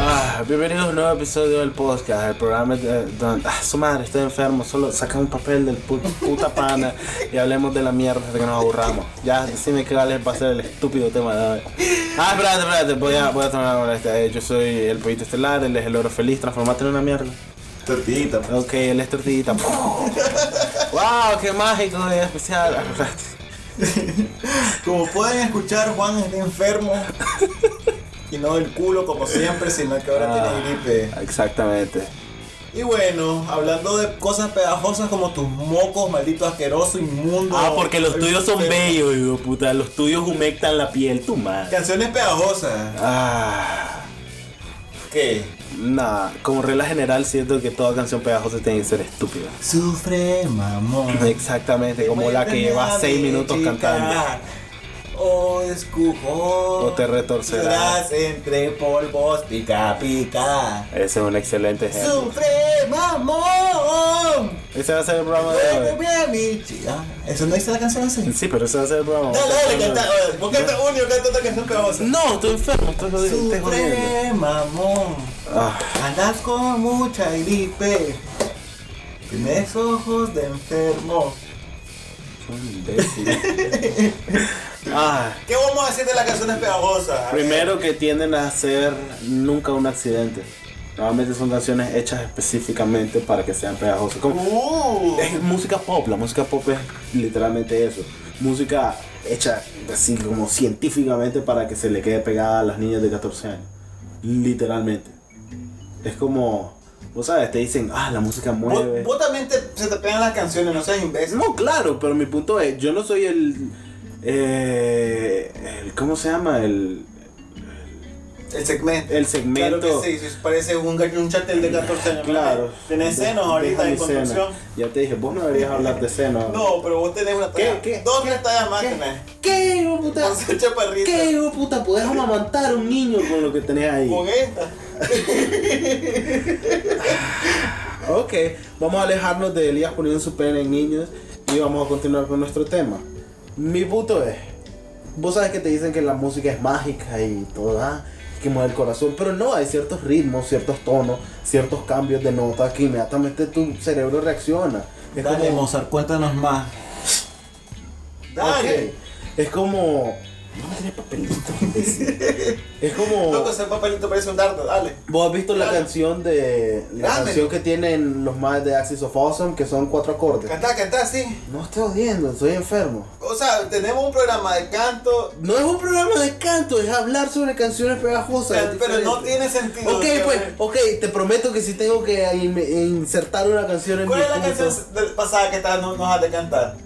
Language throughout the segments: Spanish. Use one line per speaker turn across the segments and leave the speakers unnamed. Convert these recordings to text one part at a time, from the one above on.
Ah, bienvenidos a un nuevo episodio del podcast, el programa de, don- ah, su madre está enfermo, solo saca un papel del pu- puta pana y hablemos de la mierda hasta que nos aburramos. Ya, decime qué vale va a ser el estúpido tema de hoy. Ah, espérate, espérate, voy a, voy a tomar una molestia. Eh, Yo soy el pollito estelar, él es el oro feliz, transformate en una mierda.
Tortillita.
Ok, él es tortillita. wow, qué mágico y especial. Ah,
Como pueden escuchar, Juan está enfermo. Y no del culo como siempre, sino que ahora
Ah.
tiene gripe.
Exactamente.
Y bueno, hablando de cosas pedajosas como tus mocos, maldito asqueroso, inmundo.
Ah, porque los tuyos son
Enfermo.
bellos, hijo de puta. Los tuyos humectan la piel, tu madre.
Canciones pedajosas.
Ah,
¿Qué?
nah, como regla general siento que toda canción pegajosa tiene que ser estúpida.
Sufre, mamón.
Exactamente, como la que lleva 6 minutos cantando.
O escupo.
O te retorcerás.
entre polvos, pica, pica.
Ese es un excelente ejemplo.
¡Sufre, mamón!
Ese va a ser el programa de hoy.
¡Vuelve a mi chica! Ah, ¿Eso no dice la canción así?
Sí, pero ese va a ser el programa.
Dale, dale, canta. oye, Vos canta uno y yo canto otra canción pegajosa.
No, estoy enfermo, estoy jodido. estoy jodiendo.
¡Sufre, mamón!
Ah,
Andas con mucha gripe. Tienes ojos de enfermo.
soy un imbécil. Ah,
¿Qué vamos a decir de las canciones pegajosas?
Primero que tienden a ser nunca un accidente. Normalmente son canciones hechas específicamente para que sean pegajosas. Como-
Uh,
es música pop, la música pop es literalmente eso. Música hecha así como científicamente para que se le quede pegada a las niñas de 14 años. Literalmente. Es como, vos sabes, te dicen, ah, la música mueve.
vos, vos también te- se te pegan las canciones, no seas imbécil.
No, claro, pero mi punto es, yo no soy el... eh, el ¿Cómo se llama? El,
El segmento.
el segmento...
Claro que sí, si parece un, ga- un chatel de 14 años.
Claro.
Tenés senos ahorita
Déjame
en
seno.
construcción.
Ya te dije, vos no deberías hablar de seno.
No, pero vos tenés una
¿Qué?
talla.
¿Qué?
Dos tres tallas más tenés.
¿Qué, hijo de puta?
Con ser chaparrita.
¿Qué, hijo de puta? Podés amamantar a un niño con lo que tenés ahí.
Con esta.
Ok, vamos a alejarnos de Elías poniendo su pene en niños y vamos a continuar con nuestro tema. Mi punto es, vos sabes que te dicen que la música es mágica y todo, ah, que mueve el corazón, pero no, hay ciertos ritmos, ciertos tonos, ciertos cambios de notas que inmediatamente tu cerebro reacciona. Es como-
Mozart, cuéntanos más. Dale.
Ok. Es como. No tiene papelito. imbécil. es como.
Loco, ese papelito parece un dardo, dale.
Vos has visto la
Dale.
canción de. La
Dame.
canción que tienen los más de Axis of Awesome, que son cuatro acordes.
Cantá, cantá, sí.
No estoy odiando, soy enfermo.
O sea, tenemos un programa de canto,
No es un programa de canto, es hablar sobre canciones pegajosas.
pero,
es
pero no
diferente.
tiene sentido.
Ok,
que-
pues, ok, te prometo que sí tengo que in- insertar una canción en
¿Cuál
mi
es la
punto.
canción del- pasada que estabas- no nos has de cantar?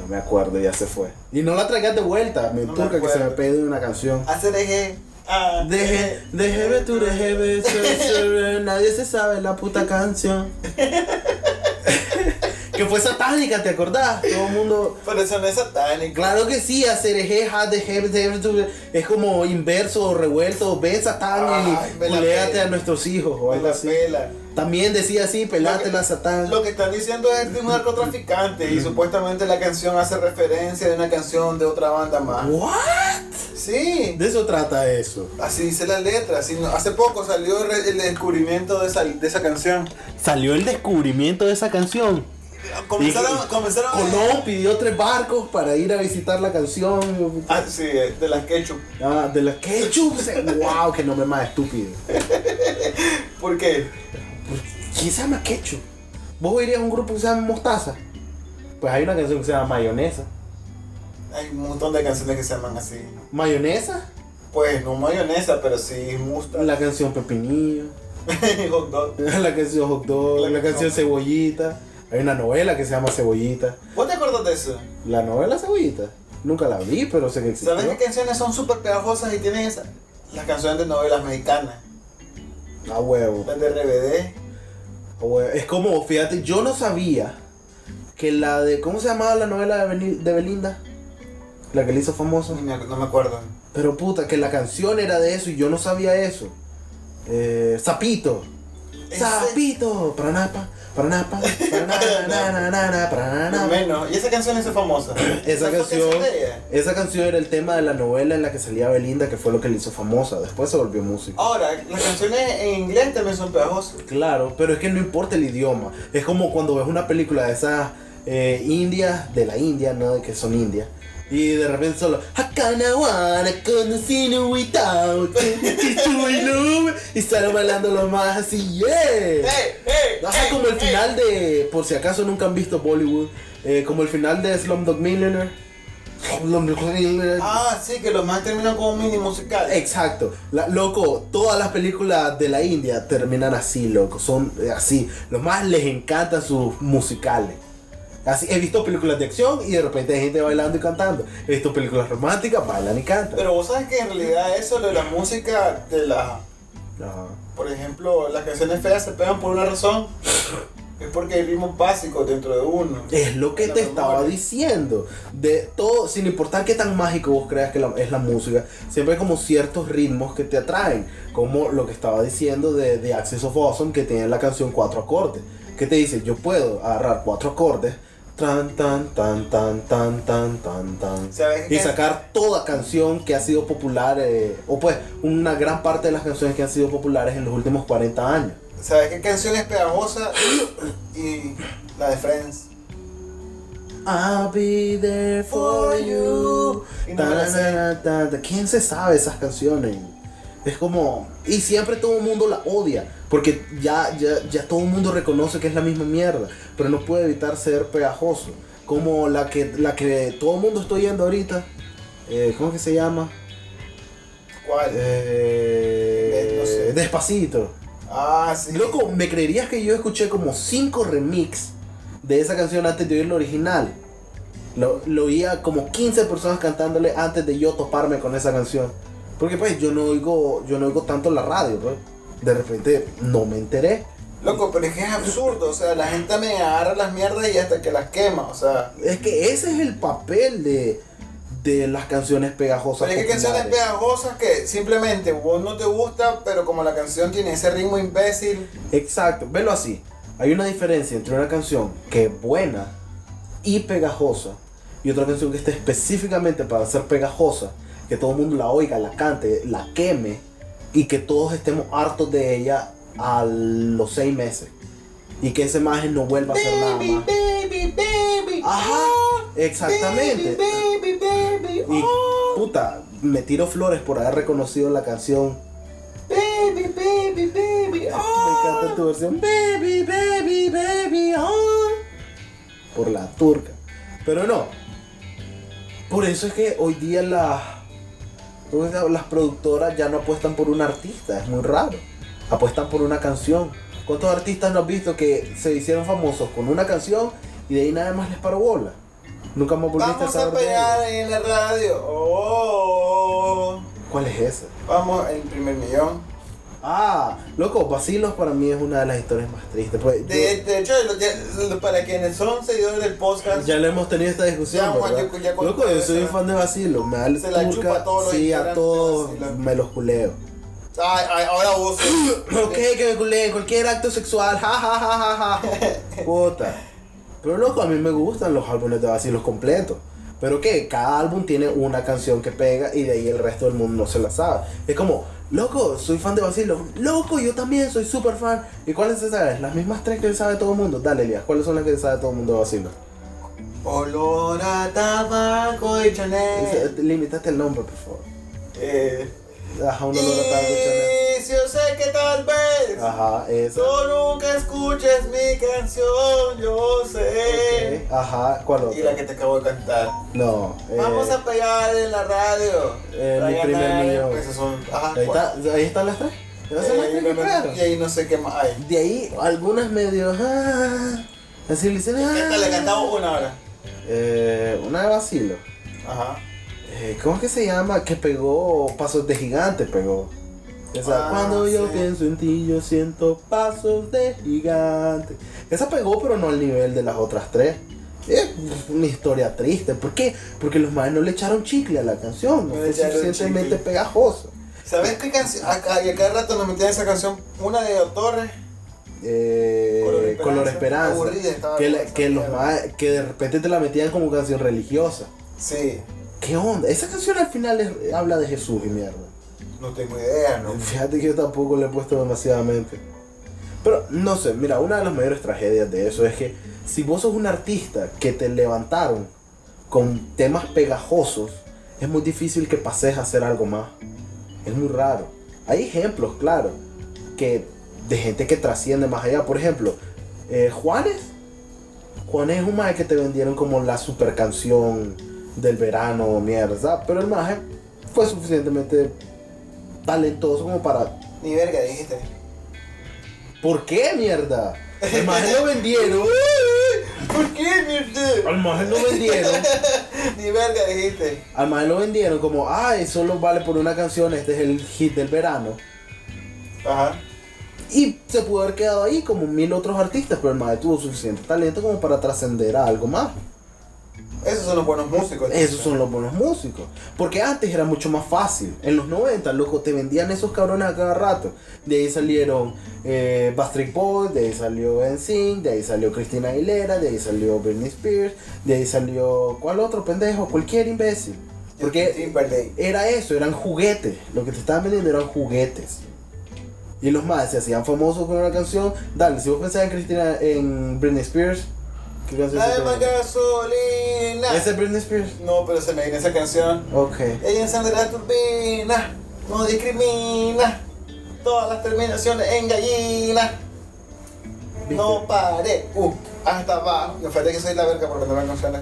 No me acuerdo, ya se fue. Y no la traigas de vuelta, me
No me
toca que se me
acuerdo.
pegue una canción.
Hacer eje. ah,
Deje,
eje.
deje ver tu deje ver, ser, ser, nadie se sabe la puta canción. que fue satánica, ¿te acordás? Todo el mundo.
Pero eso no es satánico.
Claro que sí, hacer eje, ja, deje, deje ver tu- es como inverso o revuelto, ve satán
Ay,
y
me la
culéate
pela.
a nuestros hijos o
Me
algo
la
así.
pela.
También decía así, pelátela satán.
Lo que están diciendo es de un narcotraficante y supuestamente la canción hace referencia de una canción de otra banda más.
¿What?
Sí,
De eso trata eso.
así dice la letra. así no- hace poco salió el re- el descubrimiento de esa, de esa canción.
Salió el descubrimiento de esa canción.
Comenzaron,
Y-
comenzaron a-
Colón pidió tres barcos para ir a visitar la canción.
Ah, sí, de las ketchup.
Ah, de la ketchup. se- wow, que nombre más estúpido.
¿Por qué?
¿Quién se llama ketchup? ¿Vos irías a un grupo que se llama mostaza? Pues hay una canción que se llama mayonesa.
Hay un montón de canciones que se llaman así.
¿Mayonesa?
Pues no mayonesa, pero sí mustard,
La canción pepinillo.
hot dog.
La canción hot dog. La canción cebollita. Hay una novela que se llama cebollita.
¿Vos te acuerdas de eso?
La novela cebollita. Nunca la vi, pero sé que existió.
¿Sabes qué canciones son súper pegajosas y tienen esa? Las canciones de novelas mexicanas,
A huevo.
las de RBD.
Güey, Es como, fíjate, yo no sabía que la de. ¿Cómo se llamaba la novela de, Beni- de Belinda? La que le hizo famosa.
No me, ac- no me acuerdo.
Pero puta, que la canción era de eso y yo no sabía eso. Eh, Zapito. Sapito, pranapa, pranapa, pranana, na, na, na,
Más o
pranana.
menos. Y esa canción es famosa.
Esa
fue
canción,
de ella.
esa canción era el tema de la novela en la que salía Belinda, que fue lo que le hizo famosa. Después se volvió música.
Ahora, las canciones en inglés también son pegajosas.
Claro, pero es que no importa el idioma. Es como cuando ves una película de esas eh, indias, de la India, ¿no? Que son indias. Y de repente solo, I kinda wanna continue without you, just you alone". Y salen bailando los más así, yeah.
¡Eh, eh!
Ajá,
eh,
como el
eh.
final de, por si acaso nunca han visto Bollywood, eh, como el final de Slumdog Millionaire. Slumdog Millionaire.
Ah, sí, que los más terminan con un mini musical.
Exacto, La- loco, todas las películas de la India terminan así, loco, son eh, así. Los más les encantan sus musicales. Así, he visto películas de acción y de repente hay gente bailando y cantando. He visto películas románticas, bailan y cantan.
Pero vos sabes que en realidad eso de la música, de la,
Ajá.
por ejemplo, las canciones feas se pegan por una razón. Es porque hay ritmos básicos dentro de uno.
Es lo que
La
te
memoria.
estaba diciendo. De todo, sin importar qué tan mágico vos creas que la- es la música, siempre hay como ciertos ritmos que te atraen. Como lo que estaba diciendo de, de Axis of Awesome, que tiene la canción cuatro acordes. Que te dice, yo puedo agarrar cuatro acordes. Tan, tan, tan, tan, tan, tan, tan, tan.
¿Sabes
Y
qué?
sacar toda canción que ha sido popular, eh, o pues una gran parte de las canciones que han sido populares en los últimos 40 años.
¿Sabes qué canción es pegajosa? y la de Friends.
I'll be there for you.
Y no me la sé.
Tarararata. ¿Quién se sabe esas canciones? Es como. Y siempre todo el mundo la odia. Porque ya, ya, ya todo el mundo reconoce que es la misma mierda. Pero no puede evitar ser pegajoso. Como la que, la que todo el mundo está oyendo ahorita. Eh, ¿Cómo es que se llama?
¿Cuál?
Eh,
Eh, no sé.
Despacito.
Ah, sí.
Loco, ¿me creerías que yo escuché como 5 remix de esa canción antes de oír la original? Lo, lo oía como 15 personas cantándole antes de yo toparme con esa canción. Porque pues yo no oigo, yo no oigo tanto la radio, pues. De repente no me enteré.
Loco, pero es que es absurdo. O sea, la gente me agarra las mierdas y hasta que las quema. O sea,
Es que ese es el papel de, de las canciones pegajosas.
Pero es que
populares.
canciones pegajosas que simplemente vos no te gusta, pero como la canción tiene ese ritmo imbécil,
Exacto, velo así. Hay una diferencia entre una canción que es buena y pegajosa y otra canción que está específicamente para ser pegajosa, que todo el mundo la oiga, la cante, la queme y que todos estemos hartos de ella a los seis meses y que esa imagen no vuelva a ser nada
Baby,
más.
baby, baby.
Ajá,
ah,
exactamente.
Baby, baby, baby.
Y
ah,
puta, me tiro flores por haber reconocido la canción.
baby, baby, baby.
Me
ah.
encanta tu versión. Baby, baby, baby, oh. Por la turca. Pero no. Por eso es que hoy día las. ¿cómo se llama? Las productoras ya no apuestan por un artista, es muy raro. Apuestan por una canción. ¿Cuántos artistas no has visto que se hicieron famosos con una canción y de ahí nada más les paró bola? Nunca más volviste
Vamos
a
a
saber de ellos.
pegar en la radio. Oh.
¿Cuál es esa?
Vamos el primer millón.
Ah, loco, Vacilos para mí es una de las historias más tristes. Pues,
De, de hecho, lo- ya- para quienes son seguidores del podcast,
Ya lo hemos tenido esta discusión,
Ya, Juan,
¿verdad?
ya- ya con-
Loco, yo soy
ya-
un fan de Basilo, me da el
Se la
turca,
chupa a todos los
sí, a
integrantes de
todos
Basilo.
me los culeo.
Ay, ay, ahora vos.
Ok, que me culeen cualquier acto sexual, ja, ja, ja, ja, ja. Puta. Pero loco, a mí me gustan los álbumes de Basilo completos. Pero que cada álbum tiene una canción que pega y de ahí el resto del mundo no se la sabe. Es como, loco, soy fan de Basilo. Loco, yo también soy súper fan. ¿Y cuáles se saben? Las mismas tres que sabe todo el mundo. Dale, Elías, ¿cuáles son las que sabe todo el mundo de Basilo?
Olor a tabaco y Chanel.
Limítate el nombre, por favor.
Eh,
Ajá, un olor a tabaco, Chanel.
y si yo sé que tal vez
Ajá, esa.
tú nunca escuches mi canción, yo sé.
Ok, Ajá, ¿cuál otra?
Y la que te acabo de cantar.
No. eh,
Vamos a pegar en la radio.
eh,
Para
mi primer
ganar,
millón.
pues, esos son- ajá,
Ahí,
cuatro.
está, ahí están las tres. Esas son las
Eh,
tres que pegaron.
y ahí no sé qué más hay.
De ahí, algunas medio. ah, así le dicen. ah.
Esta le cantamos una hora.
Eh, una de vacilo.
Ajá.
Eh, ¿Cómo es que se llama? Que pegó Pasos de Gigante, pegó. Esa,
Ah,
cuando yo
sí.
pienso en ti, yo siento pasos de gigante. Esa pegó, pero no al nivel de las otras tres. Es una historia triste. ¿Por qué? Porque los maestros no le echaron chicle a la canción. No
No
fue
le echaron
suficientemente
chicle.
pegajoso.
¿Sabes qué canción? Acá, y acá rato nos metían esa canción, una de Torres.
eh,
Color Esperanza.
Color Esperanza,
Aburrida estaba
que, la-
esa
que, los
mierda.
ma- que de repente te la metían como canción religiosa.
Sí,
¿Qué onda? Esa canción al final es- habla de Jesús y mierda.
no tengo idea, ¿no?
Fíjate que yo tampoco le he puesto demasiadamente. Pero no sé, mira, una de las mayores tragedias de eso es que si vos sos un artista que te levantaron con temas pegajosos, es muy difícil que pases a hacer algo más. Es muy raro. Hay ejemplos, claro, que de gente que trasciende más allá. Por ejemplo, eh, Juanes. Juanes es un maje que te vendieron como la super canción del verano, mierda. Pero el maje fue suficientemente talentoso como para.
Ni verga dijiste.
¿Por qué mierda? Al maje lo vendieron.
¿Por qué, mierda?
Al maje lo vendieron.
Ni verga dijiste.
Al maje lo vendieron como, ay, solo vale por una canción, este es el hit del verano.
Ajá.
Y se pudo haber quedado ahí como mil otros artistas, pero el maje tuvo suficiente talento como para trascender a algo más.
Esos son los buenos músicos.
Esos son los buenos músicos. Porque antes era mucho más fácil. En los 90, loco, te vendían esos cabrones a cada rato. De ahí salieron eh, Bastric Boys, de ahí salió Benzin, de ahí salió Cristina Aguilera, de ahí salió Britney Spears, de ahí salió. ¿Cuál otro pendejo? Cualquier imbécil. Porque
Timberlake.
era eso, eran juguetes. Lo que te estaban vendiendo eran juguetes. Y los más se hacían famosos con una canción. Dale, si vos pensás en Cristina, en Britney Spears, ¿qué canción se
La
te
de
viene?
gasolina.
¿Esa es Britney Spears?
No, pero se me viene esa canción.
Ok.
Ella enciende la turbina, no discrimina. Todas las terminaciones en gallina. No paré. Uh, hasta abajo. Me falta que soy la verga por cantar canciones.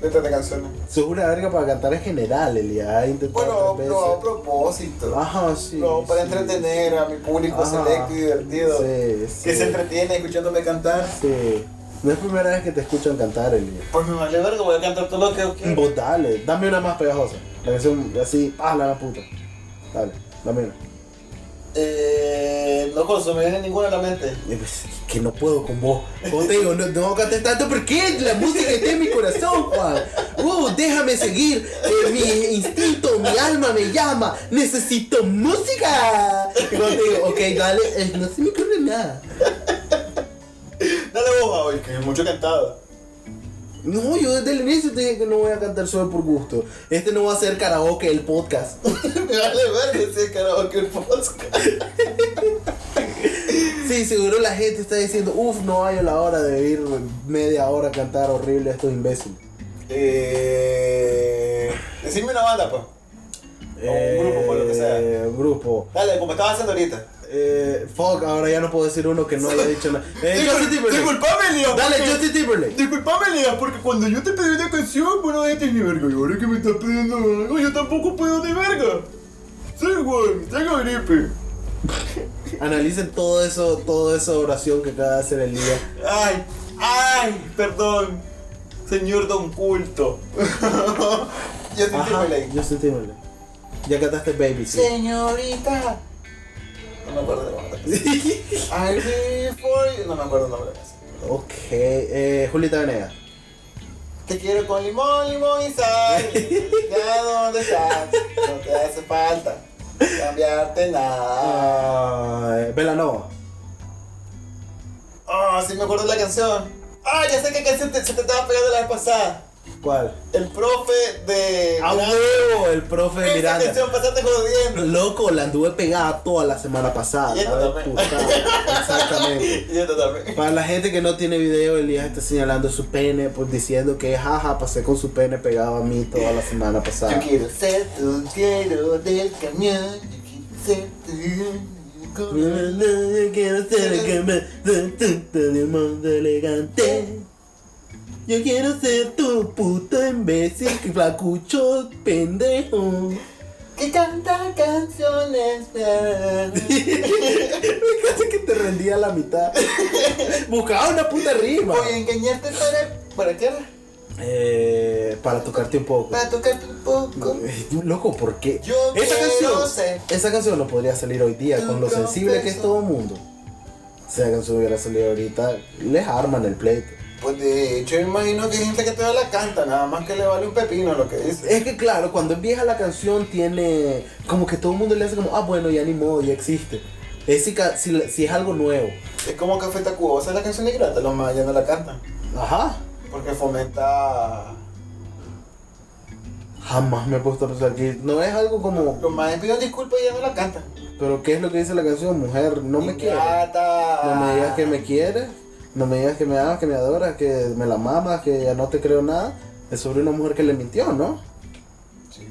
Letras de canciones.
Sos una verga para cantar en general, Elia. He intentado
Bueno,
tres
lo hago a
veces.
propósito.
Ajá, sí.
Lo hago para
sí.
entretener a mi público
Ajá.
selecto y divertido.
Sí, sí.
Que se entretiene escuchándome cantar.
Sí. No es primera vez que te escuchan cantar, Elia.
Pues me vale verga, voy a cantar todo lo que quiero.
Vos dale, dame una más pegajosa. La canción así, ah, la gran puta. Dale, dame una.
Eh, loco, se me viene ninguna a la mente.
Y pues, es que no puedo con vos. Como te digo, no, no cantes tanto porque la música está en mi corazón, Juan. Uh, déjame seguir. eh, mi instinto, mi alma me llama. Necesito música. Y como te digo, ok, dale, eh, no se me ocurre nada.
Dale vos, hoy, que mucho cantado.
No, yo desde el inicio te dije que no voy a cantar solo por gusto. Este no va a ser karaoke el podcast.
me vale verga ese karaoke podcast.
Sí, seguro la gente está diciendo, uff, no hay la hora de ir media hora a cantar horrible a estos imbéciles.
Eh, decime una banda, pues. O un grupo, por lo que sea.
Eh, Un grupo.
Dale, como estaba haciendo ahorita.
Eh, fuck, ahora ya no puedo decir uno que no haya dicho nada. Eh, Justin Timberlake.
Disculpame, Leo.
Dale,
porque-
Justin Timberlake.
Disculpame, Leo, porque cuando yo te pedí una canción, bueno, de ni verga. Y ahora que me estás pidiendo algo, yo tampoco puedo de verga. Sí, güey, tengo gripe.
Analicen todo eso, toda esa oración que acaba de hacer el día.
Ay, ay, perdón. Señor Don Culto. Justin Timberlake.
Justin Timberlake. Ya cantaste Baby, sí.
Señorita. No me acuerdo de la banda. I'll be for you. No me acuerdo el nombre de la canción.
ok, eh, Julieta Venegas.
Te quiero con limón, limón y sal. Ya dónde estás. No te hace falta cambiarte nada.
Ah, Belanova.
Ah, sí me acuerdo de la canción. Ah, ya sé qué canción te- se te estaba pegando la vez pasada.
¿Cuál?
El profe de.
A huevo, el profe Ah, de
Esa
Miranda.
canción pasaste jodiendo.
Loco, la anduve pegada toda la semana pasada.
Y esta
la vez
también.
putada. Exactamente.
Y yo también.
Para la gente que no tiene video, Elías está señalando su pene, pues diciendo que jaja, pasé con su pene pegado a mí toda la semana
Yo
pasada.
quiero ser tu quiero del camión. Yo quiero ser tu camión.
Quiero ser el que me detesta de un mundo elegante. Yo quiero ser tu puto imbécil, flacucho, pendejo.
Que canta canciones.
Casi que te rendía a la mitad. Buscaba una puta rima.
Voy a engañarte para. ¿Para qué?
Eh, para tocarte un poco.
Para tocarte un poco.
Eh, Loco, ¿por qué?
Yo
esa
quiero
canción,
ser.
esa canción no podría salir hoy día con lo
Tu
sensible que es
confeso.
todo el mundo. Si esa canción hubiera salido ahorita, les arman el pleito.
Pues de hecho, imagino que hay gente que todavía la canta, nada más que le vale un pepino lo que dice.
Es que claro, cuando es vieja la canción tiene como que todo el mundo le hace como, ah bueno, ya ni modo, ya existe. Es si, ca- si, la- si es algo nuevo.
Es como Café Tacuba. ¿Sabes la canción de Grata? Los mayas no la cantan.
Ajá.
Porque fomenta.
Jamás me he puesto a pensar que no es algo como.
Los mayas piden disculpas y ya no la cantan.
Pero ¿qué es lo que dice la canción? Mujer, no me quieres.
Ingrata.
No me digas que me quieres. No me digas que me amas, que me adoras, que me la mamas, que ya no te creo nada. Es sobre una mujer que le mintió, ¿no?
Sí.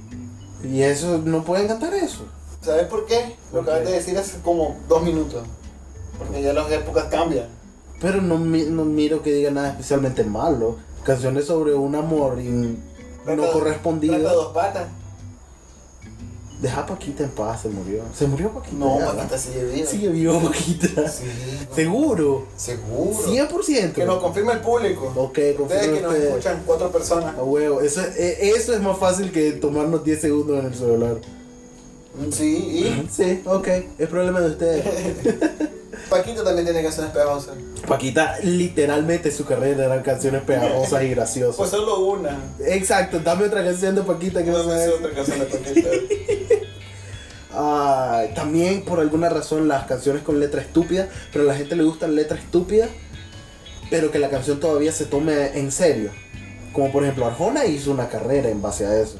Y eso, no pueden cantar eso.
¿Sabes por qué? Lo
¿Por
que acabas
qué?
de decir hace como dos minutos. Porque ya las épocas cambian.
Pero no, mi- no miro que diga nada especialmente malo. Canciones sobre un amor in- no
Trata- Trata
correspondido.
dos patas.
Deja a Paquita en paz, se murió. Se murió Paquita.
No,
ya,
patita sigue viva.
¿verdad? Sigue vivo Paquita.
Sí.
Seguro.
Seguro.
100%.
Que nos confirme el público.
Ok,
Ustedes que
confirme
nos
usted.
escuchan, cuatro personas.
A huevo. Eso, es- eh, eso es más fácil que tomarnos 10 segundos en el celular.
Sí,
Sí, ok. Es problema de ustedes.
y Paquito también tiene canciones pegajosas.
Paquita, literalmente su carrera eran canciones pegajosas y
Pues
graciosas.
solo una.
Exacto, dame otra canción de Paquita que
No
no
me
sea
sé
esa.
otra canción de Paquito.
Ah, también por alguna razón las canciones con letra estúpida, pero a la gente le gustan letras estúpidas, pero que la canción todavía se tome en serio. Como por ejemplo Arjona hizo una carrera en base a eso.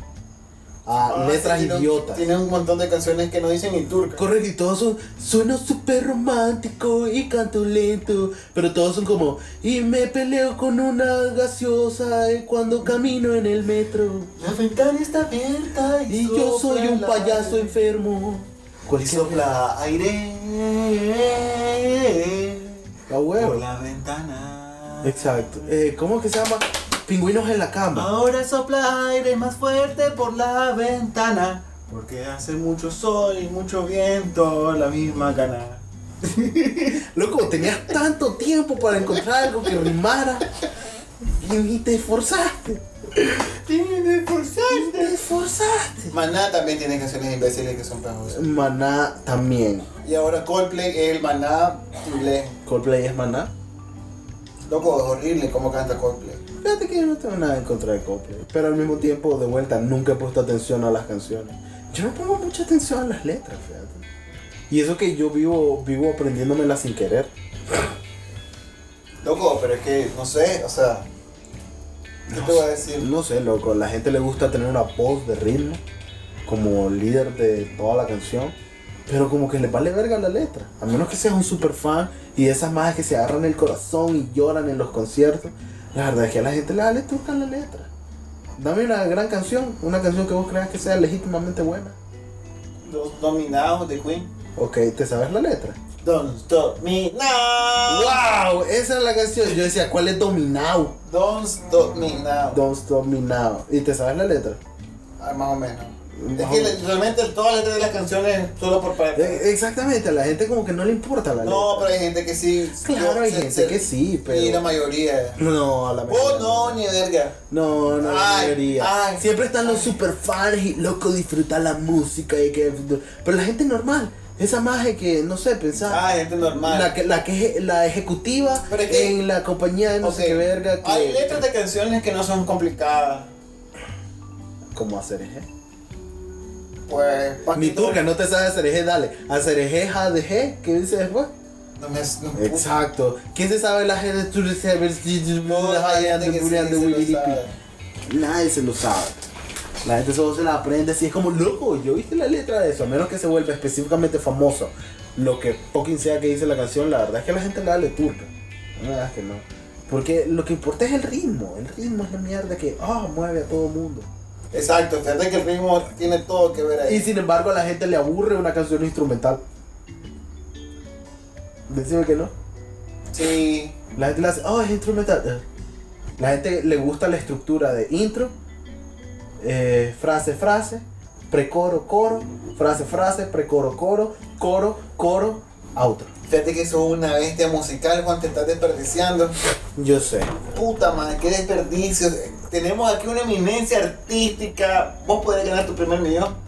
A
Ah,
letras
sí, tiene un-
idiotas.
Tiene un montón de canciones que no dicen ni turca.
Correcto, y todos son, suena súper romántico y canto lento, pero todos son como, y me peleo con una gaseosa eh, cuando camino en el metro,
La ventana está abierta
y yo
sopla
soy un
el
payaso
aire.
enfermo.
Y
Cualquier
sopla aire.
A huevo.
Por la ventana.
Exacto. Eh, ¿Cómo que se llama? Pingüinos en la cama.
Ahora sopla aire más fuerte por la ventana. Porque hace mucho sol y mucho viento, la misma cana.
Loco, tenías tanto tiempo para encontrar algo que rimara. Y ni te esforzaste.
Tiene
Ni te esforzaste.
Maná también tiene canciones imbéciles que son pegajosas.
Maná también.
Y ahora Coldplay es el maná inglés.
Coldplay es maná.
Loco, es horrible cómo canta Coldplay.
Fíjate que yo no tengo nada en contra de Coldplay. Pero al mismo tiempo, de vuelta, nunca he puesto atención a las canciones. Yo no pongo mucha atención a las letras, fíjate. Y eso que yo vivo, vivo aprendiéndomelas sin querer.
Loco, pero es que, no sé, o sea... ¿Qué te voy a decir?
No sé, loco, la gente le gusta tener una voz de ritmo como líder de toda la canción, pero como que le vale verga la letra. A menos que seas un super fan y de esas más que se agarran el corazón y lloran en los conciertos, la verdad es que a la gente le vale turca la letra. Dame una gran canción, una canción que vos creas que sea legítimamente buena.
Los dominados de Queen.
Ok, ¿te sabes la letra?
Don't stop me now.
¡Wow! Esa es la canción. Yo decía, ¿cuál es Dominado?
Don't stop me now.
Don't Stop Me Now. ¿Y te sabes la letra?
Ah, más o menos.
Más
es
o
que
menos.
realmente todas las letras de las canciones solo por
Eh,
parte.
Exactamente, a la gente como que no le importa la letra.
No, pero hay gente que sí.
Claro, hay
se-
gente
se-
que sí, pero.
Y la mayoría.
No, a la mayoría.
Oh, no, ni verga.
No, no, la
Ay,
mayoría.
ay,
Siempre están los super fans y loco disfrutar la música y que. Pero la gente normal, esa magia que, no sé, pensar.
Ah, gente normal.
La que, la que eje- la ejecutiva
Pero es que-
en la compañía de no sé
Ok.
qué verga que.
Hay letras de canciones que no son complicadas.
¿Cómo hacer eje?
Pues.
Mi
Paquito-
turca no te sabe hacer eje, dale. Hacer eje, ja de G, ¿qué dice después?
No me. No,
Exacto. ¿Quién se sabe la G de tu receiver?
No, hay gente que sí se lo sabe.
Nadie se lo sabe. La gente solo se la aprende así. Es como, loco, yo viste la letra de eso. A menos que se vuelva específicamente famoso. Lo que fucking sea que dice la canción, la verdad es que a la gente le da turca. La verdad es que no. Porque lo que importa es el ritmo. El ritmo es la mierda que ah mueve a todo mundo.
Exacto, fíjate que el ritmo tiene todo que ver
Y
ahí.
sin embargo, a la gente le aburre una canción instrumental. Decime que no.
Sí.
La gente le hace, oh, es instrumental. Eh. La gente le gusta la estructura de intro, eh, frase, frase, precoro, coro, frase, frase, precoro, coro, coro, coro, outro.
Fíjate que eso es una bestia musical, Juan, te estás desperdiciando.
Yo sé.
Puta madre, qué desperdicio. Tenemos aquí una eminencia artística. Vos podés ganar tu primer millón.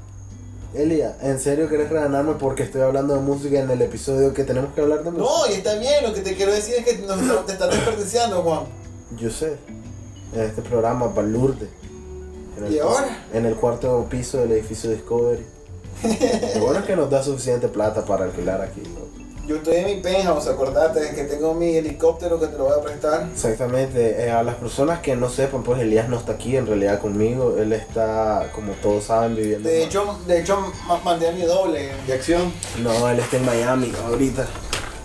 Elia, ¿en serio querés reganarme porque estoy hablando de música en el episodio que tenemos que hablar de música?
No, y está bien, lo que te quiero decir es que nos está- te estás desperdiciando, Juan.
Yo sé. En este programa, Balurde. En el
¿Y
cu-
ahora?
En el cuarto piso del edificio Discovery. Lo bueno es que nos da suficiente plata para alquilar aquí, ¿no?
Yo estoy en mi penthouse, acordate que tengo mi helicóptero que te lo voy a prestar.
Exactamente, eh, a las personas que no sepan, pues Elías no está aquí en realidad conmigo, él está, como todos saben, viviendo...
De
en-
hecho, de hecho ma- mandé a mi doble de acción.
No, él está en Miami ahorita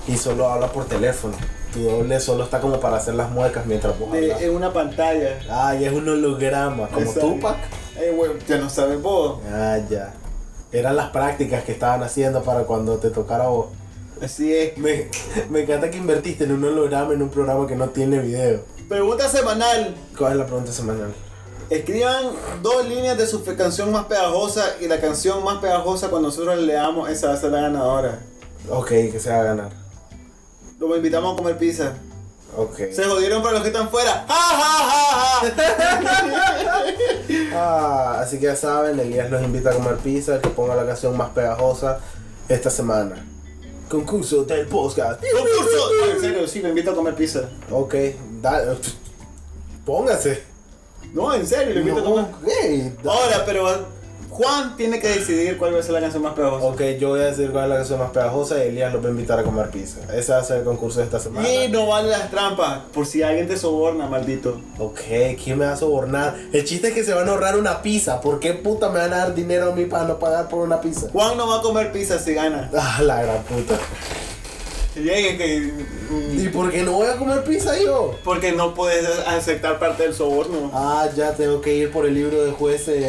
y solo habla por teléfono. Tu doble solo está como para hacer las muecas mientras vos
De-
hablas.
en una pantalla.
Ay, es un holograma, como
Exacto.
Tupac.
Eh, güey, ya no sabes vos.
Ah, ya. Eran las prácticas que estaban haciendo para cuando te tocara a vos.
Así es.
Me, me encanta que invertiste en un holograma en un programa que no tiene video.
Pregunta semanal.
¿Cuál es la pregunta semanal?
Escriban dos líneas de su fe- canción más pegajosa y la canción más pegajosa cuando nosotros le damos esa va a ser la ganadora.
Ok, que se va a ganar.
Los invitamos a comer pizza.
Ok.
Se jodieron para los que están fuera. ¡Ja, ja, ja, ja!
Ah, así que ya saben, Elías los invita a comer pizza, que ponga la canción más pegajosa esta semana. Concurso del podcast.
Concurso. Ah, En serio, sí, me invito a comer pizza.
Ok, dale. Póngase.
No, en serio, lo invito a comer.
Ey, da-
Ahora, pero Juan tiene que decidir cuál va a ser la canción más pegajosa.
Ok, yo voy a decir cuál es la canción más pegajosa y Elías los va a invitar a comer pizza. Ese va a ser el concurso de esta semana.
Y no vale las trampas, por si alguien te soborna, maldito.
Ok, ¿quién me va a sobornar? El chiste es que se van a ahorrar una pizza. ¿Por qué puta me van a dar dinero a mí para no pagar por una pizza?
Juan no va a comer pizza si gana.
Ah, la gran puta.
Llegue que.
¿Y por qué no voy a comer pizza yo?
Porque no puedes aceptar parte del soborno.
Ah, ya tengo que ir por el libro de jueces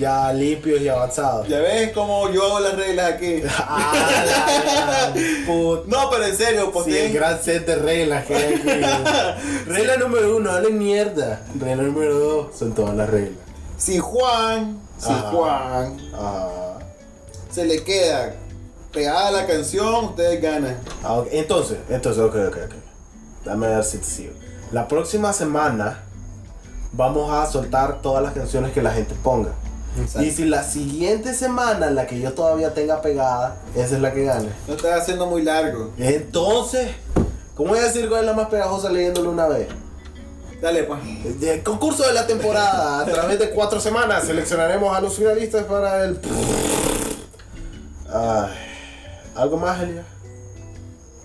ya limpios y avanzados.
Ya ves cómo yo hago las reglas aquí.
Ah, la gran puta.
No, pero en serio, pues
Sí, el gran set de reglas que hay aquí. Regla número uno, hablen mierda. Regla número dos, son todas las reglas.
si Juan, si
Ajá.
Juan
Ah,
se le queda pegada la canción, ustedes ganan.
ah, ok. Entonces, entonces, ok, ok, ok. Dame a ver si te sigo. La próxima semana vamos a soltar todas las canciones que la gente ponga. Y si la siguiente semana, la que yo todavía tenga pegada, esa es la que gane.
No estás haciendo muy largo.
Entonces, ¿cómo voy a decir cuál es la más pegajosa leyéndolo una vez?
Dale, pues.
El concurso de la temporada. A través de cuatro semanas seleccionaremos a los finalistas para el. Ay, ¿Algo más, Elia?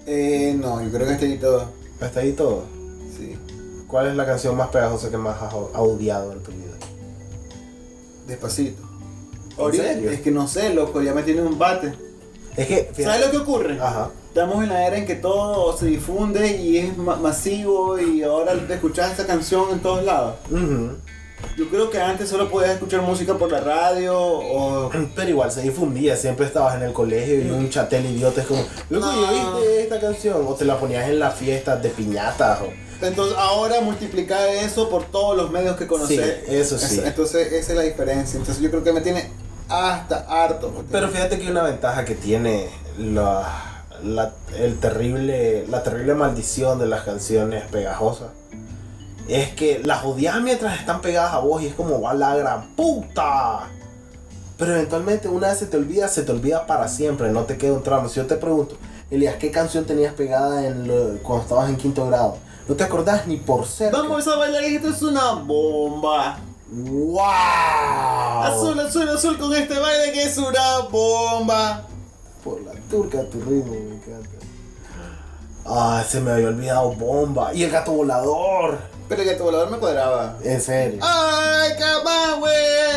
Eh, no, yo creo que estoy todo.
Hasta ahí todo.
Sí.
¿Cuál es la canción más pegajosa que más has ha odiado en tu vida?
Despacito.
¿En
Ahorita
serio?
es que no sé, loco, ya me tiene un bate.
Es que.
¿Sabes lo que ocurre?
Ajá.
Estamos en la era en que todo se difunde y es ma- masivo y ahora te escuchas esa canción en todos lados.
Ujú.
Yo creo que antes solo podías escuchar música por la radio o...
Pero igual se difundía, siempre estabas en el colegio y un chatel idiota es como, loco, ¿yo
No.
viste esta canción? O te la ponías en las fiestas de piñatas o...
Entonces ahora multiplicar eso por todos los medios que conoces.
Sí, eso sí.
Es- Entonces esa es la diferencia. Entonces yo creo que me tiene hasta harto.
Pero fíjate que una ventaja que tiene la, la- el terrible, la terrible maldición de las canciones pegajosas es que las odias mientras están pegadas a vos y es como va la gran puta. Pero eventualmente una vez se te olvida, se te olvida para siempre, no te queda un tramo. Si yo te pregunto, Elías, ¿qué canción tenías pegada en lo- cuando estabas en quinto grado? No te acordás ni por ser.
Vamos a bailar que esto es una bomba.
¡Wow!
Azul, azul, azul con este baile que es una bomba.
Por la turca tu ritmo, me encanta. Ah, se me había olvidado bomba. Y el gato volador.
Pero que tu volador me cuadraba.
En serio.
¡Ay, camán, güey!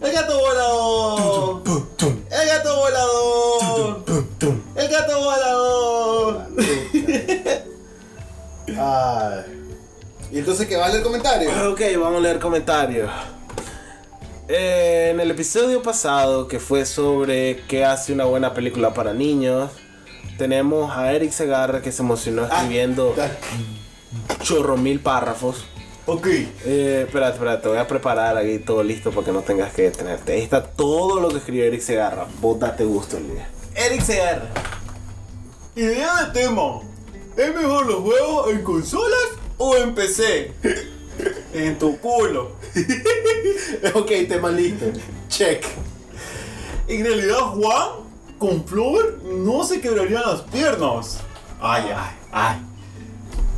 ¡El gato volador!
Pum, tum,
¡El gato
Ah,
volador!
pum, tum.
¡El gato volador!
Ay.
¿Y entonces qué vale el comentario?
Ok, vamos a leer comentarios. Eh, en el episodio pasado, que fue sobre qué hace una buena película para niños, tenemos a Eric Segarra que se emocionó escribiendo chorro mil párrafos.
Ok.
Eh, espérate, espérate, te voy a preparar aquí todo listo para que no tengas que detenerte. Ahí está todo lo que escribió Eric Segarra. Vos date gusto, Elías.
Eric Segarra. Idea de tema. ¿Es mejor los juegos en consolas o en PC? en tu culo.
ok, tema listo. Check.
En realidad, Juan con Flor no se quebrarían las piernas. Ay, ay, ay.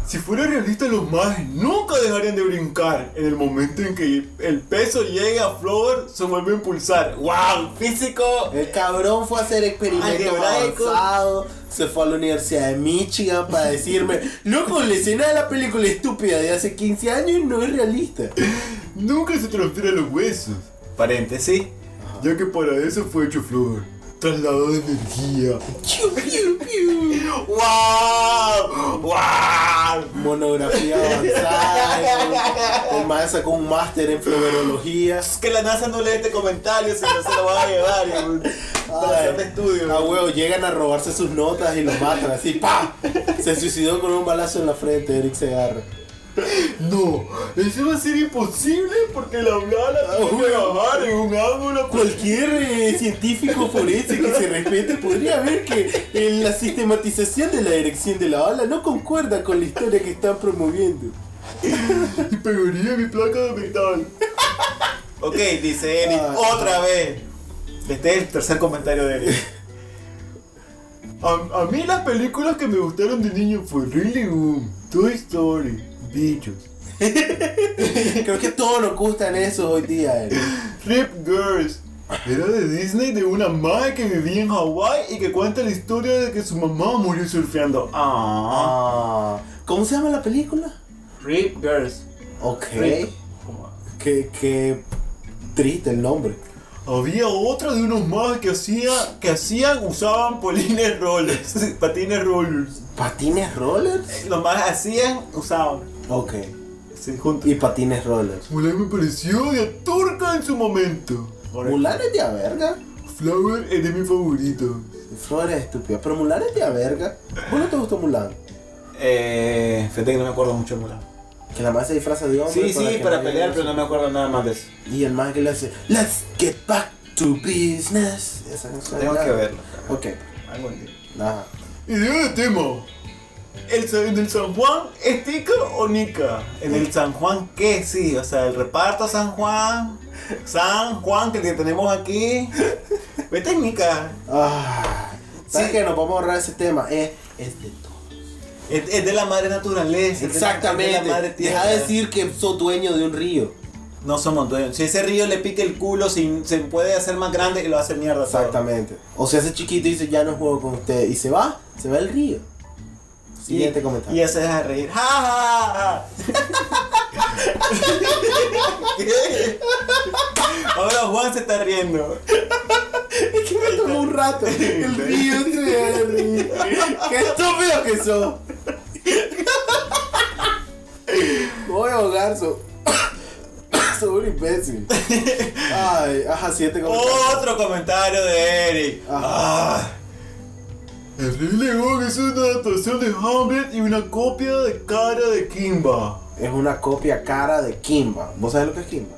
Si fuera realista, los majes nunca dejarían de brincar. En el momento en que el peso llega a Flower, se vuelve a impulsar. ¡Wow! Físico.
El cabrón fue a hacer experimentos
Algebraico.
avanzados, se fue a la Universidad de Michigan para decirme, loco, la escena de la película estúpida de hace 15 años no es realista.
Nunca se transpira los huesos. Paréntesis. Ya que para eso fue hecho Flower. Traslado de energía.
Piu, piu, piu.
¡Wow! ¡Wow!
Monografía avanzada. El maestro sacó un máster en flowerología.
Es que la NASA no lee este comentario, si no se lo van a llevar. Para hacer de estudio.
A Ah, huevo, llegan a robarse sus notas y lo matan así, pa. Se suicidó con un balazo en la frente, Eric Segarra.
No, eso va a ser imposible porque la blala tiene que bajar en un ángulo. pues,
Cualquier eh, científico forense que se respete podría ver que eh, la sistematización de la erección de la bala no concuerda con la historia que están promoviendo.
Y pegaría mi placa de metal. ok, dice Eric,
Ah.
otra vez. Este es el tercer comentario de Eric. A, a mí las películas que me gustaron de niño fue Really Boom, Toy Story, Bichos,
Creo que todos nos gustan esos hoy día, Eric.
Trip Girls. Era de Disney de una madre que vivía en Hawái y que cuenta la historia de que su mamá murió surfeando. Ah,
Ah, ¿Cómo se llama la película?
Trip Girls.
Ok.
Trip. ¿Cómo?
Qué, qué triste el nombre.
Había otra de unos más que hacía, que hacían, usaban polines rollers, patines rollers.
¿Patines rollers?
Los más hacían, usaban.
Ok.
Sí, juntos.
Y patines rollers.
Mulan me pareció de turca en su momento.
Mulan es de a verga.
Flower es de mi favorito.
Flores estúpidas. Pero Mulan es de a verga. ¿Vos no te gustó Mulan?
Eh, fíjate que no me acuerdo mucho de Mulan.
Que la más se disfraza de hombre.
Sí, sí,
que
para
no
pelear,
llegue-
pero no me acuerdo nada más de eso.
Y el man que le hace, let's get back to business. Esa canción.
Tengo
ya.
que verlo.
Ok,
Algún día.
nada.
Idea de tema. ¿El, Sa- ¿En el San Juan es tica o nica? ¿En el San Juan qué? Sí, o sea, el reparto San Juan. San Juan, que el que tenemos aquí. Vete en nica.
Ah, ¿Sabes
Sí.
que nos vamos a ahorrar ese tema? Es, es de todo.
Es, es de la madre naturaleza. es de la- Es de la madre tierra.
Deja de decir que sos dueño de un río.
No somos dueños. Si ese río le pica el culo, si- se puede hacer más grande y lo hace mierda. todo.
Exactamente. O sea, ese chiquito dice, ya no juego con usted. Y se va, se va el río. Siguiente
y,
comentario.
Y ese deja de reír. ¡Ja, ja, ja! ¿Qué? Ahora Juan se está riendo.
que me tomó un rato. El río entre río. Qué estúpido que sos. Voy a ahogar, so... soy un imbécil. Ay, ajá, siete comentarios.
Otro comentario de Eric. Ah.
Ajá.
El Rey León es una adaptación de Hamlet y una copia de cara de Kimba.
Es una copia cara de Kimba. ¿Vos sabés lo que es Kimba?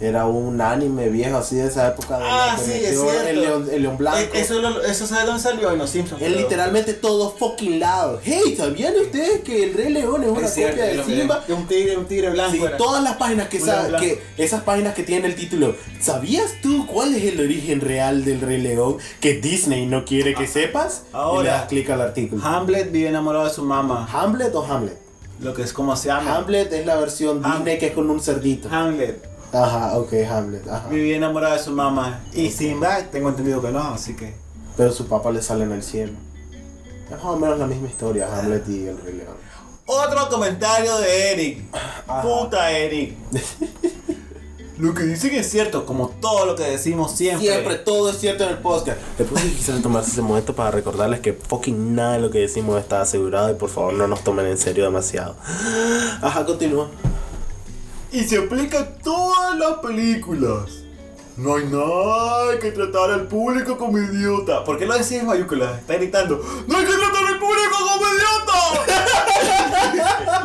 Era un anime viejo así de esa época. donde
Ah,
se
sí,
metió
es cierto. Eh,
El león, el león blanco.
eso, lo- eso sabe dónde salió en Los Simpsons.
Es
creo.
literalmente todo fucking lado. Hey, ¿sabían ustedes que el Rey León es una
Es cierto,
copia de
lo que-
Simba?
que Un tigre, un tigre blanco.
Sí,
era.
todas las páginas que,
Una
sa-
blanca.
que- esas páginas que tienen el título ¿Sabías tú cuál es el origen real del Rey León que Disney no quiere que sepas?
Ah, ahora.
Y le das clic al artículo.
Hamlet vive enamorado de su mamá.
¿Hamlet o Hamlet?
Lo que es como se llama.
Hamlet es la versión
Ham-
Disney que es con un cerdito.
Hamlet
Ajá, ok, Hamlet. Ajá.
vivía enamorado de su mamá. Y Simba, tengo entendido que no, así que.
Pero su papá le sale en el cielo. Es más o menos la misma
Ah.
historia, Hamlet y el Rey León.
Otro comentario de Eric. Puta Eric. Lo que dicen es cierto, como todo lo que decimos siempre.
Siempre todo es cierto en el podcast. Después quisiera tomarse ese momento para recordarles que fucking nada de lo que decimos está asegurado y por favor no nos tomen en serio demasiado. Ajá, continúa.
Y se aplica a todas las películas. No hay nada que tratar al público como idiota. ¿Por qué lo decís en mayúsculas? Está gritando. ¡No hay que tratar al público como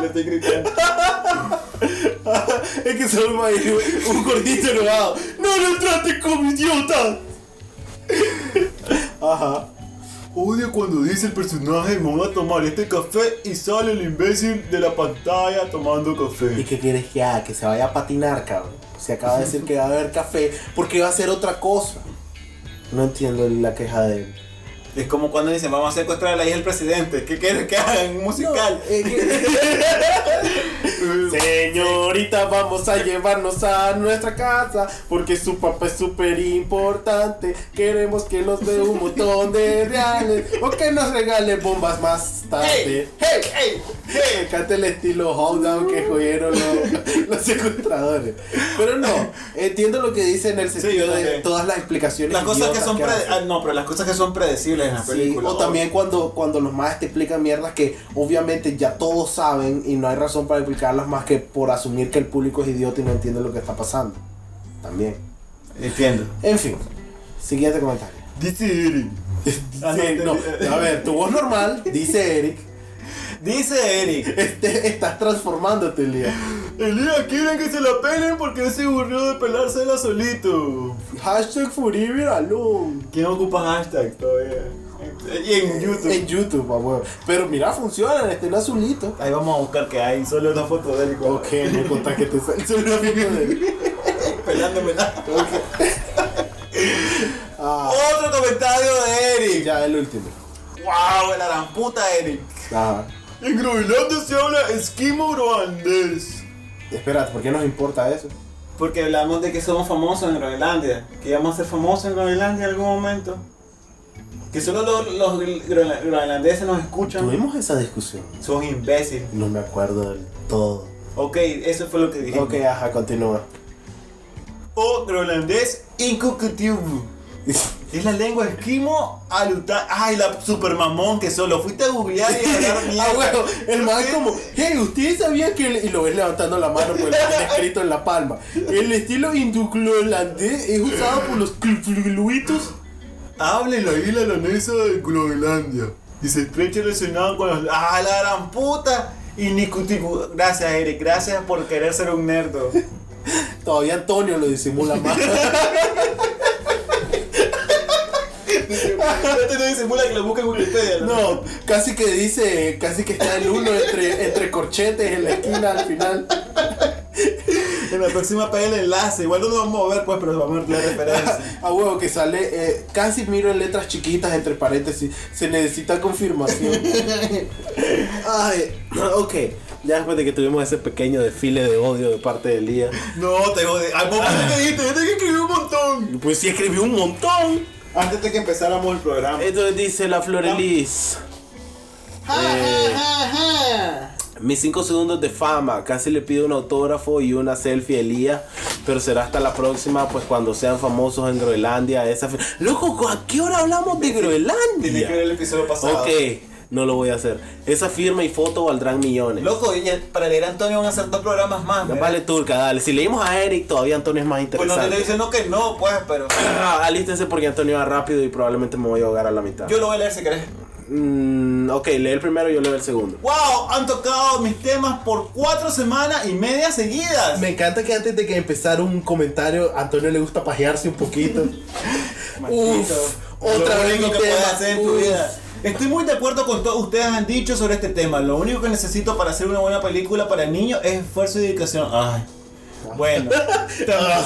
idiota! Le estoy gritando.
Es que solo va a ir un gordito enojado. ¡No lo trates como idiota! Ajá.
Odio cuando dice el personaje, me voy a tomar este café y sale el imbécil de la pantalla tomando
¿Y
café.
qué quieres que haga? Que se vaya a patinar, cabrón. Se acaba de decir que va a beber café porque va a hacer otra cosa. No entiendo la queja de él.
Es como cuando dicen, vamos a secuestrar a la hija del presidente. ¿Qué quieres que hagan? Un musical.
No, eh, que- Señorita, vamos a llevarnos a nuestra casa porque su papá es súper importante. Queremos que nos dé un montón de reales o que nos regale bombas más tarde.
¡Hey! ¡Hey! ¡Hey!
Me encanta el estilo hold down que jodieron los, los secuestradores. Pero no, entiendo lo que dice en el sentido
yo
de
también.
todas las explicaciones.
Las cosas que
idiotas
son
que
prede-
hacen.
ah, no, pero las cosas que son predecibles en las
Sí,
películas.
o también cuando, cuando los más te explican mierdas que obviamente ya todos saben y no hay razón para explicarlas más que por asumir que el público es idiota y no entiende lo que está pasando. También.
Entiendo.
En fin, siguiente comentario.
Dice Eric. Ah,
Sí,
no,
no,
entendí.
a ver, tu voz normal, dice Eric,
Dice Eric.
este, estás transformándote, Elías.
Elías, quieren que se la pelen porque él se aburrió de pelársela solito.
Hashtag Furibir Alum.
¿Quién ocupa hashtags todavía? Y en YouTube.
En YouTube, pa' huevo. Pero mira, funciona, está en azulito.
Ahí vamos a buscar que hay solo una foto de Eric.
Ok, me contás que te sale el gráfico de
Pelándome la-
Ah,
Otro comentario de Eric.
ya, el último.
¡Wow! La gran puta Eric.
Ajá.
En Groenlandia se habla esquimo groenlandés.
Espera, ¿por qué nos importa eso?
Porque hablamos de que somos famosos en Groenlandia. Que íbamos a ser famosos en Groenlandia en algún momento. Que solo los, los groenla- groenlandeses nos escuchan.
Tuvimos esa discusión.
Son imbéciles.
No me acuerdo del todo.
Ok, eso fue lo que dije.
Ok, ajá, continúa.
O groenlandés incucutiubu. Es la lengua esquimo aluta. Ay, la super mamón que solo fuiste a googlear y a hablar
Ah,
mierda.
bueno, el man como, hey, ustedes sabían que. el-" Y lo ves levantando la mano porque lo tiene escrito en la palma. El estilo induclolandés es usado por los cluitos.
Hablen la isla danesa de Groenlandia y se estrecha relacionado con los... ¡Ah, la gran puta! Y Nicuticu. Gracias, Eric. Gracias por querer ser un nerdo.
Todavía Antonio lo disimula más.
Este no disimula que lo busque en Wikipedia.
No, casi que dice, casi que está el uno entre, entre corchetes en la esquina al final.
En la próxima pega el enlace. Igual no lo vamos a ver, pues, pero vamos a ver la referencia.
A huevo que sale, eh, casi miro en letras chiquitas entre paréntesis. Se necesita confirmación. Ay, ok. Ya después de que tuvimos ese pequeño desfile de odio de parte de Elías.
No, te jode. Al momento que dijiste, yo tengo que escribir un montón.
Pues sí escribió un montón.
Antes de que empezáramos el programa.
Entonces dice la Florelis. Eh, Mis 5 segundos de fama. Casi le pido un autógrafo y una selfie a Elías. Pero será hasta la próxima, pues cuando sean famosos en Groenlandia. Esa fe- Loco, ¿a qué hora hablamos de
Tienes que ver
Groenlandia?
el episodio pasado.
Ok, no lo voy a hacer. Esa firma y foto valdrán millones.
Loco, y ya para leer a Antonio van a hacer dos programas más.
Ya
¿verdad?
Vale, turca, dale. Si leímos a Eric, todavía Antonio es más
Pues no te
interesante.
estoy diciendo que no, pues, pero.
Ah, Alístense porque Antonio va rápido y probablemente me voy a ahogar a la mitad.
Yo lo voy a leer si querés.
Mm, ok, lee el primero y yo leo el segundo.
¡Wow! Han tocado mis temas por cuatro semanas y media seguidas.
Me encanta que antes de que empezara un comentario, a Antonio le gusta pajearse un poquito.
Maldito.
Uf, otra
lo
vez
único
mi
que puedes
tema.
hacer en tu
Uf.
vida. Estoy muy de acuerdo con todo ustedes han dicho sobre este tema. Lo único que necesito para hacer una buena película para niños es esfuerzo y dedicación. Ay. Bueno, tam-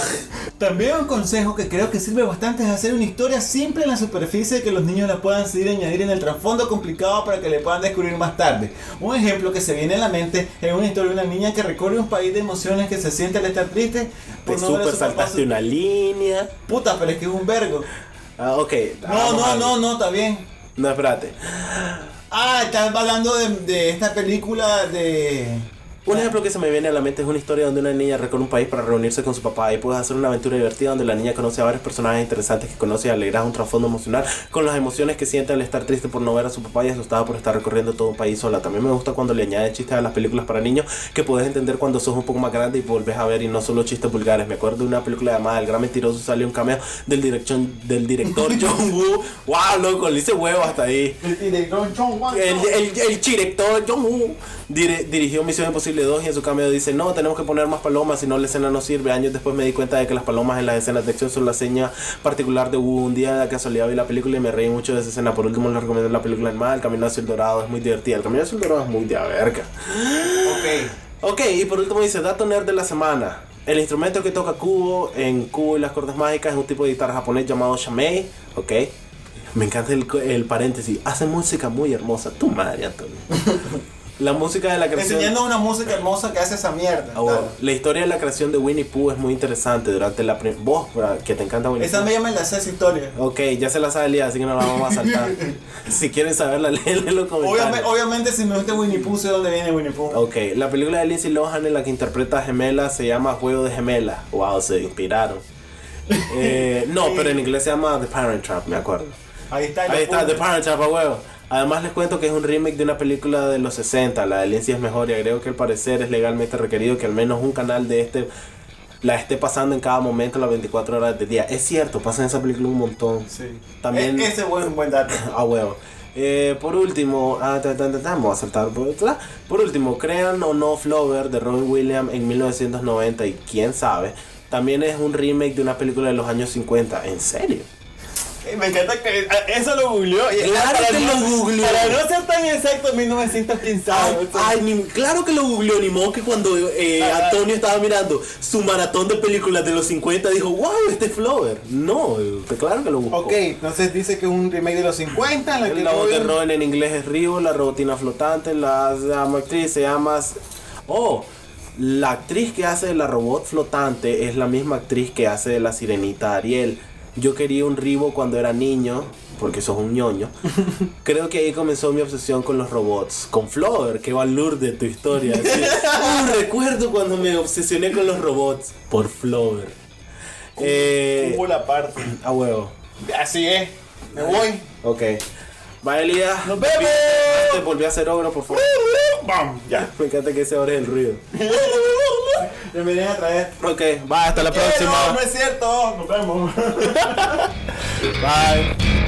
también un consejo que creo que sirve bastante es hacer una historia simple en la superficie que los niños la puedan seguir y añadir en el trasfondo complicado para que le puedan descubrir más tarde. Un ejemplo que se viene a la mente es una historia de una niña que recorre un país de emociones que se siente al estar triste
Te
por no ver a
super
su papá.
saltaste una línea.
Puta, pero es que es un vergo.
Ah, ok.
No, no, no, no, está bien.
No, espérate.
Ah, estás hablando de, de esta película de.
Un ejemplo que se me viene a la mente es una historia donde una niña recorre un país para reunirse con su papá y puedes hacer una aventura divertida donde la niña conoce a varios personajes interesantes que conoce y alegra un trasfondo emocional con las emociones que siente al estar triste por no ver a su papá y asustada por estar recorriendo todo un país sola. También me gusta cuando le añade chistes a las películas para niños que puedes entender cuando sos un poco más grande y volvés a ver y no solo chistes vulgares. Me acuerdo de una película llamada El Gran Mentiroso salió un cameo del, dirección, del director John Woo. ¡Wow, loco! Le hice huevo hasta ahí.
Y de John John Wang.
El, el, el director John Woo dire- dirigió Misión Imposible 2 y en su cambio dice, no, tenemos que poner más palomas, si no la escena no sirve. Años después me di cuenta de que las palomas en las escenas de acción son la seña particular de Woo. Un día de casualidad vi la película y me reí mucho de esa escena. Por último les recomiendo la película El Mal, El Camino hacia el Dorado, es muy divertida. El Camino hacia el Dorado es muy de a verga.
Ok.
Ok, y por último dice, dato nerd de la semana. El instrumento que toca Cubo en Cubo y las Cortes Mágicas es un tipo de guitarra japonés llamado shamei, ok. Me encanta el, co- el paréntesis. Hace música muy hermosa. Tu madre, Antonio. la música de la creación.
Enseñando una música hermosa que hace esa mierda.
Ah, bueno.
dale.
La historia de la creación de Winnie Pooh es muy interesante. Durante la prim- Vos, ¿verdad? que te encanta Winnie
Esa
Pooh.
media me la sé esa historia.
Ok, ya se la sabe Lía, así que no la vamos a saltar. si quieren saberla, léenla en los comentarios.
Obviamente, obviamente si me gusta Winnie Pooh, sé dónde viene Winnie Pooh.
Ok, la película de Lindsay Lohan en la que interpreta a gemelas se llama Juego de Gemelas. Wow, se inspiraron. Eh, no, pero en inglés se llama The Parent Trap, me acuerdo.
Ahí está. la
Ahí está,
puta.
The Parent Trap, a huevo. Además les cuento que es un remake de una película de los 60, la de Lindsay es mejor y agrego que al parecer es legalmente requerido que al menos un canal de este la esté pasando en cada momento las 24 horas del día. Es cierto, pasa en esa película un montón.
Sí.
También-
E- ese es buen, buen dato.
A Ah, huevo. Eh, por último, ah, ta, ta, ta, ta, vamos a saltar por otra. Por último, crean o no Flower de Robin Williams en 1990 y quién sabe. También es un remake de una película de los años 50. ¿En serio?
Eh, Me encanta que eh, eso lo googleó. y-
Claro
para
que
no-
lo googleó.
Para no ser tan exacto, 1915.
Ay,
o sea,
ay, ni- claro que lo googleó, ni modo que cuando eh,
Ah, ah.
Antonio estaba mirando su maratón de películas de los 50 dijo, wow, este es Flower. No, eh, claro que lo buscó.
Ok, entonces dice que es un remake de los 50. En la que
La voz de
Robin-
Robin en inglés es Rio, la robotina flotante, la, la actriz se llama... Oh, la actriz que hace de la robot flotante es la misma actriz que hace de la sirenita Ariel. Yo quería un Ribo cuando era niño, porque sos un ñoño. Creo que ahí comenzó mi obsesión con los robots. Con Flower, qué valor de tu historia. Sí. Uh, recuerdo cuando me obsesioné con los robots por Flower. Eh,
Hubo la parte.
a huevo.
Así es. Me voy.
Ok. Vale, Elías.
¡Nos vemos!
Te volví a hacer ogro, por favor.
¡Bam! Ya.
Me encanta que ese ahora es el ruido.
Ya me vienen a traer.
Ok, bye, hasta la
Eh,
próxima.
No, no es cierto. Nos vemos.
Bye.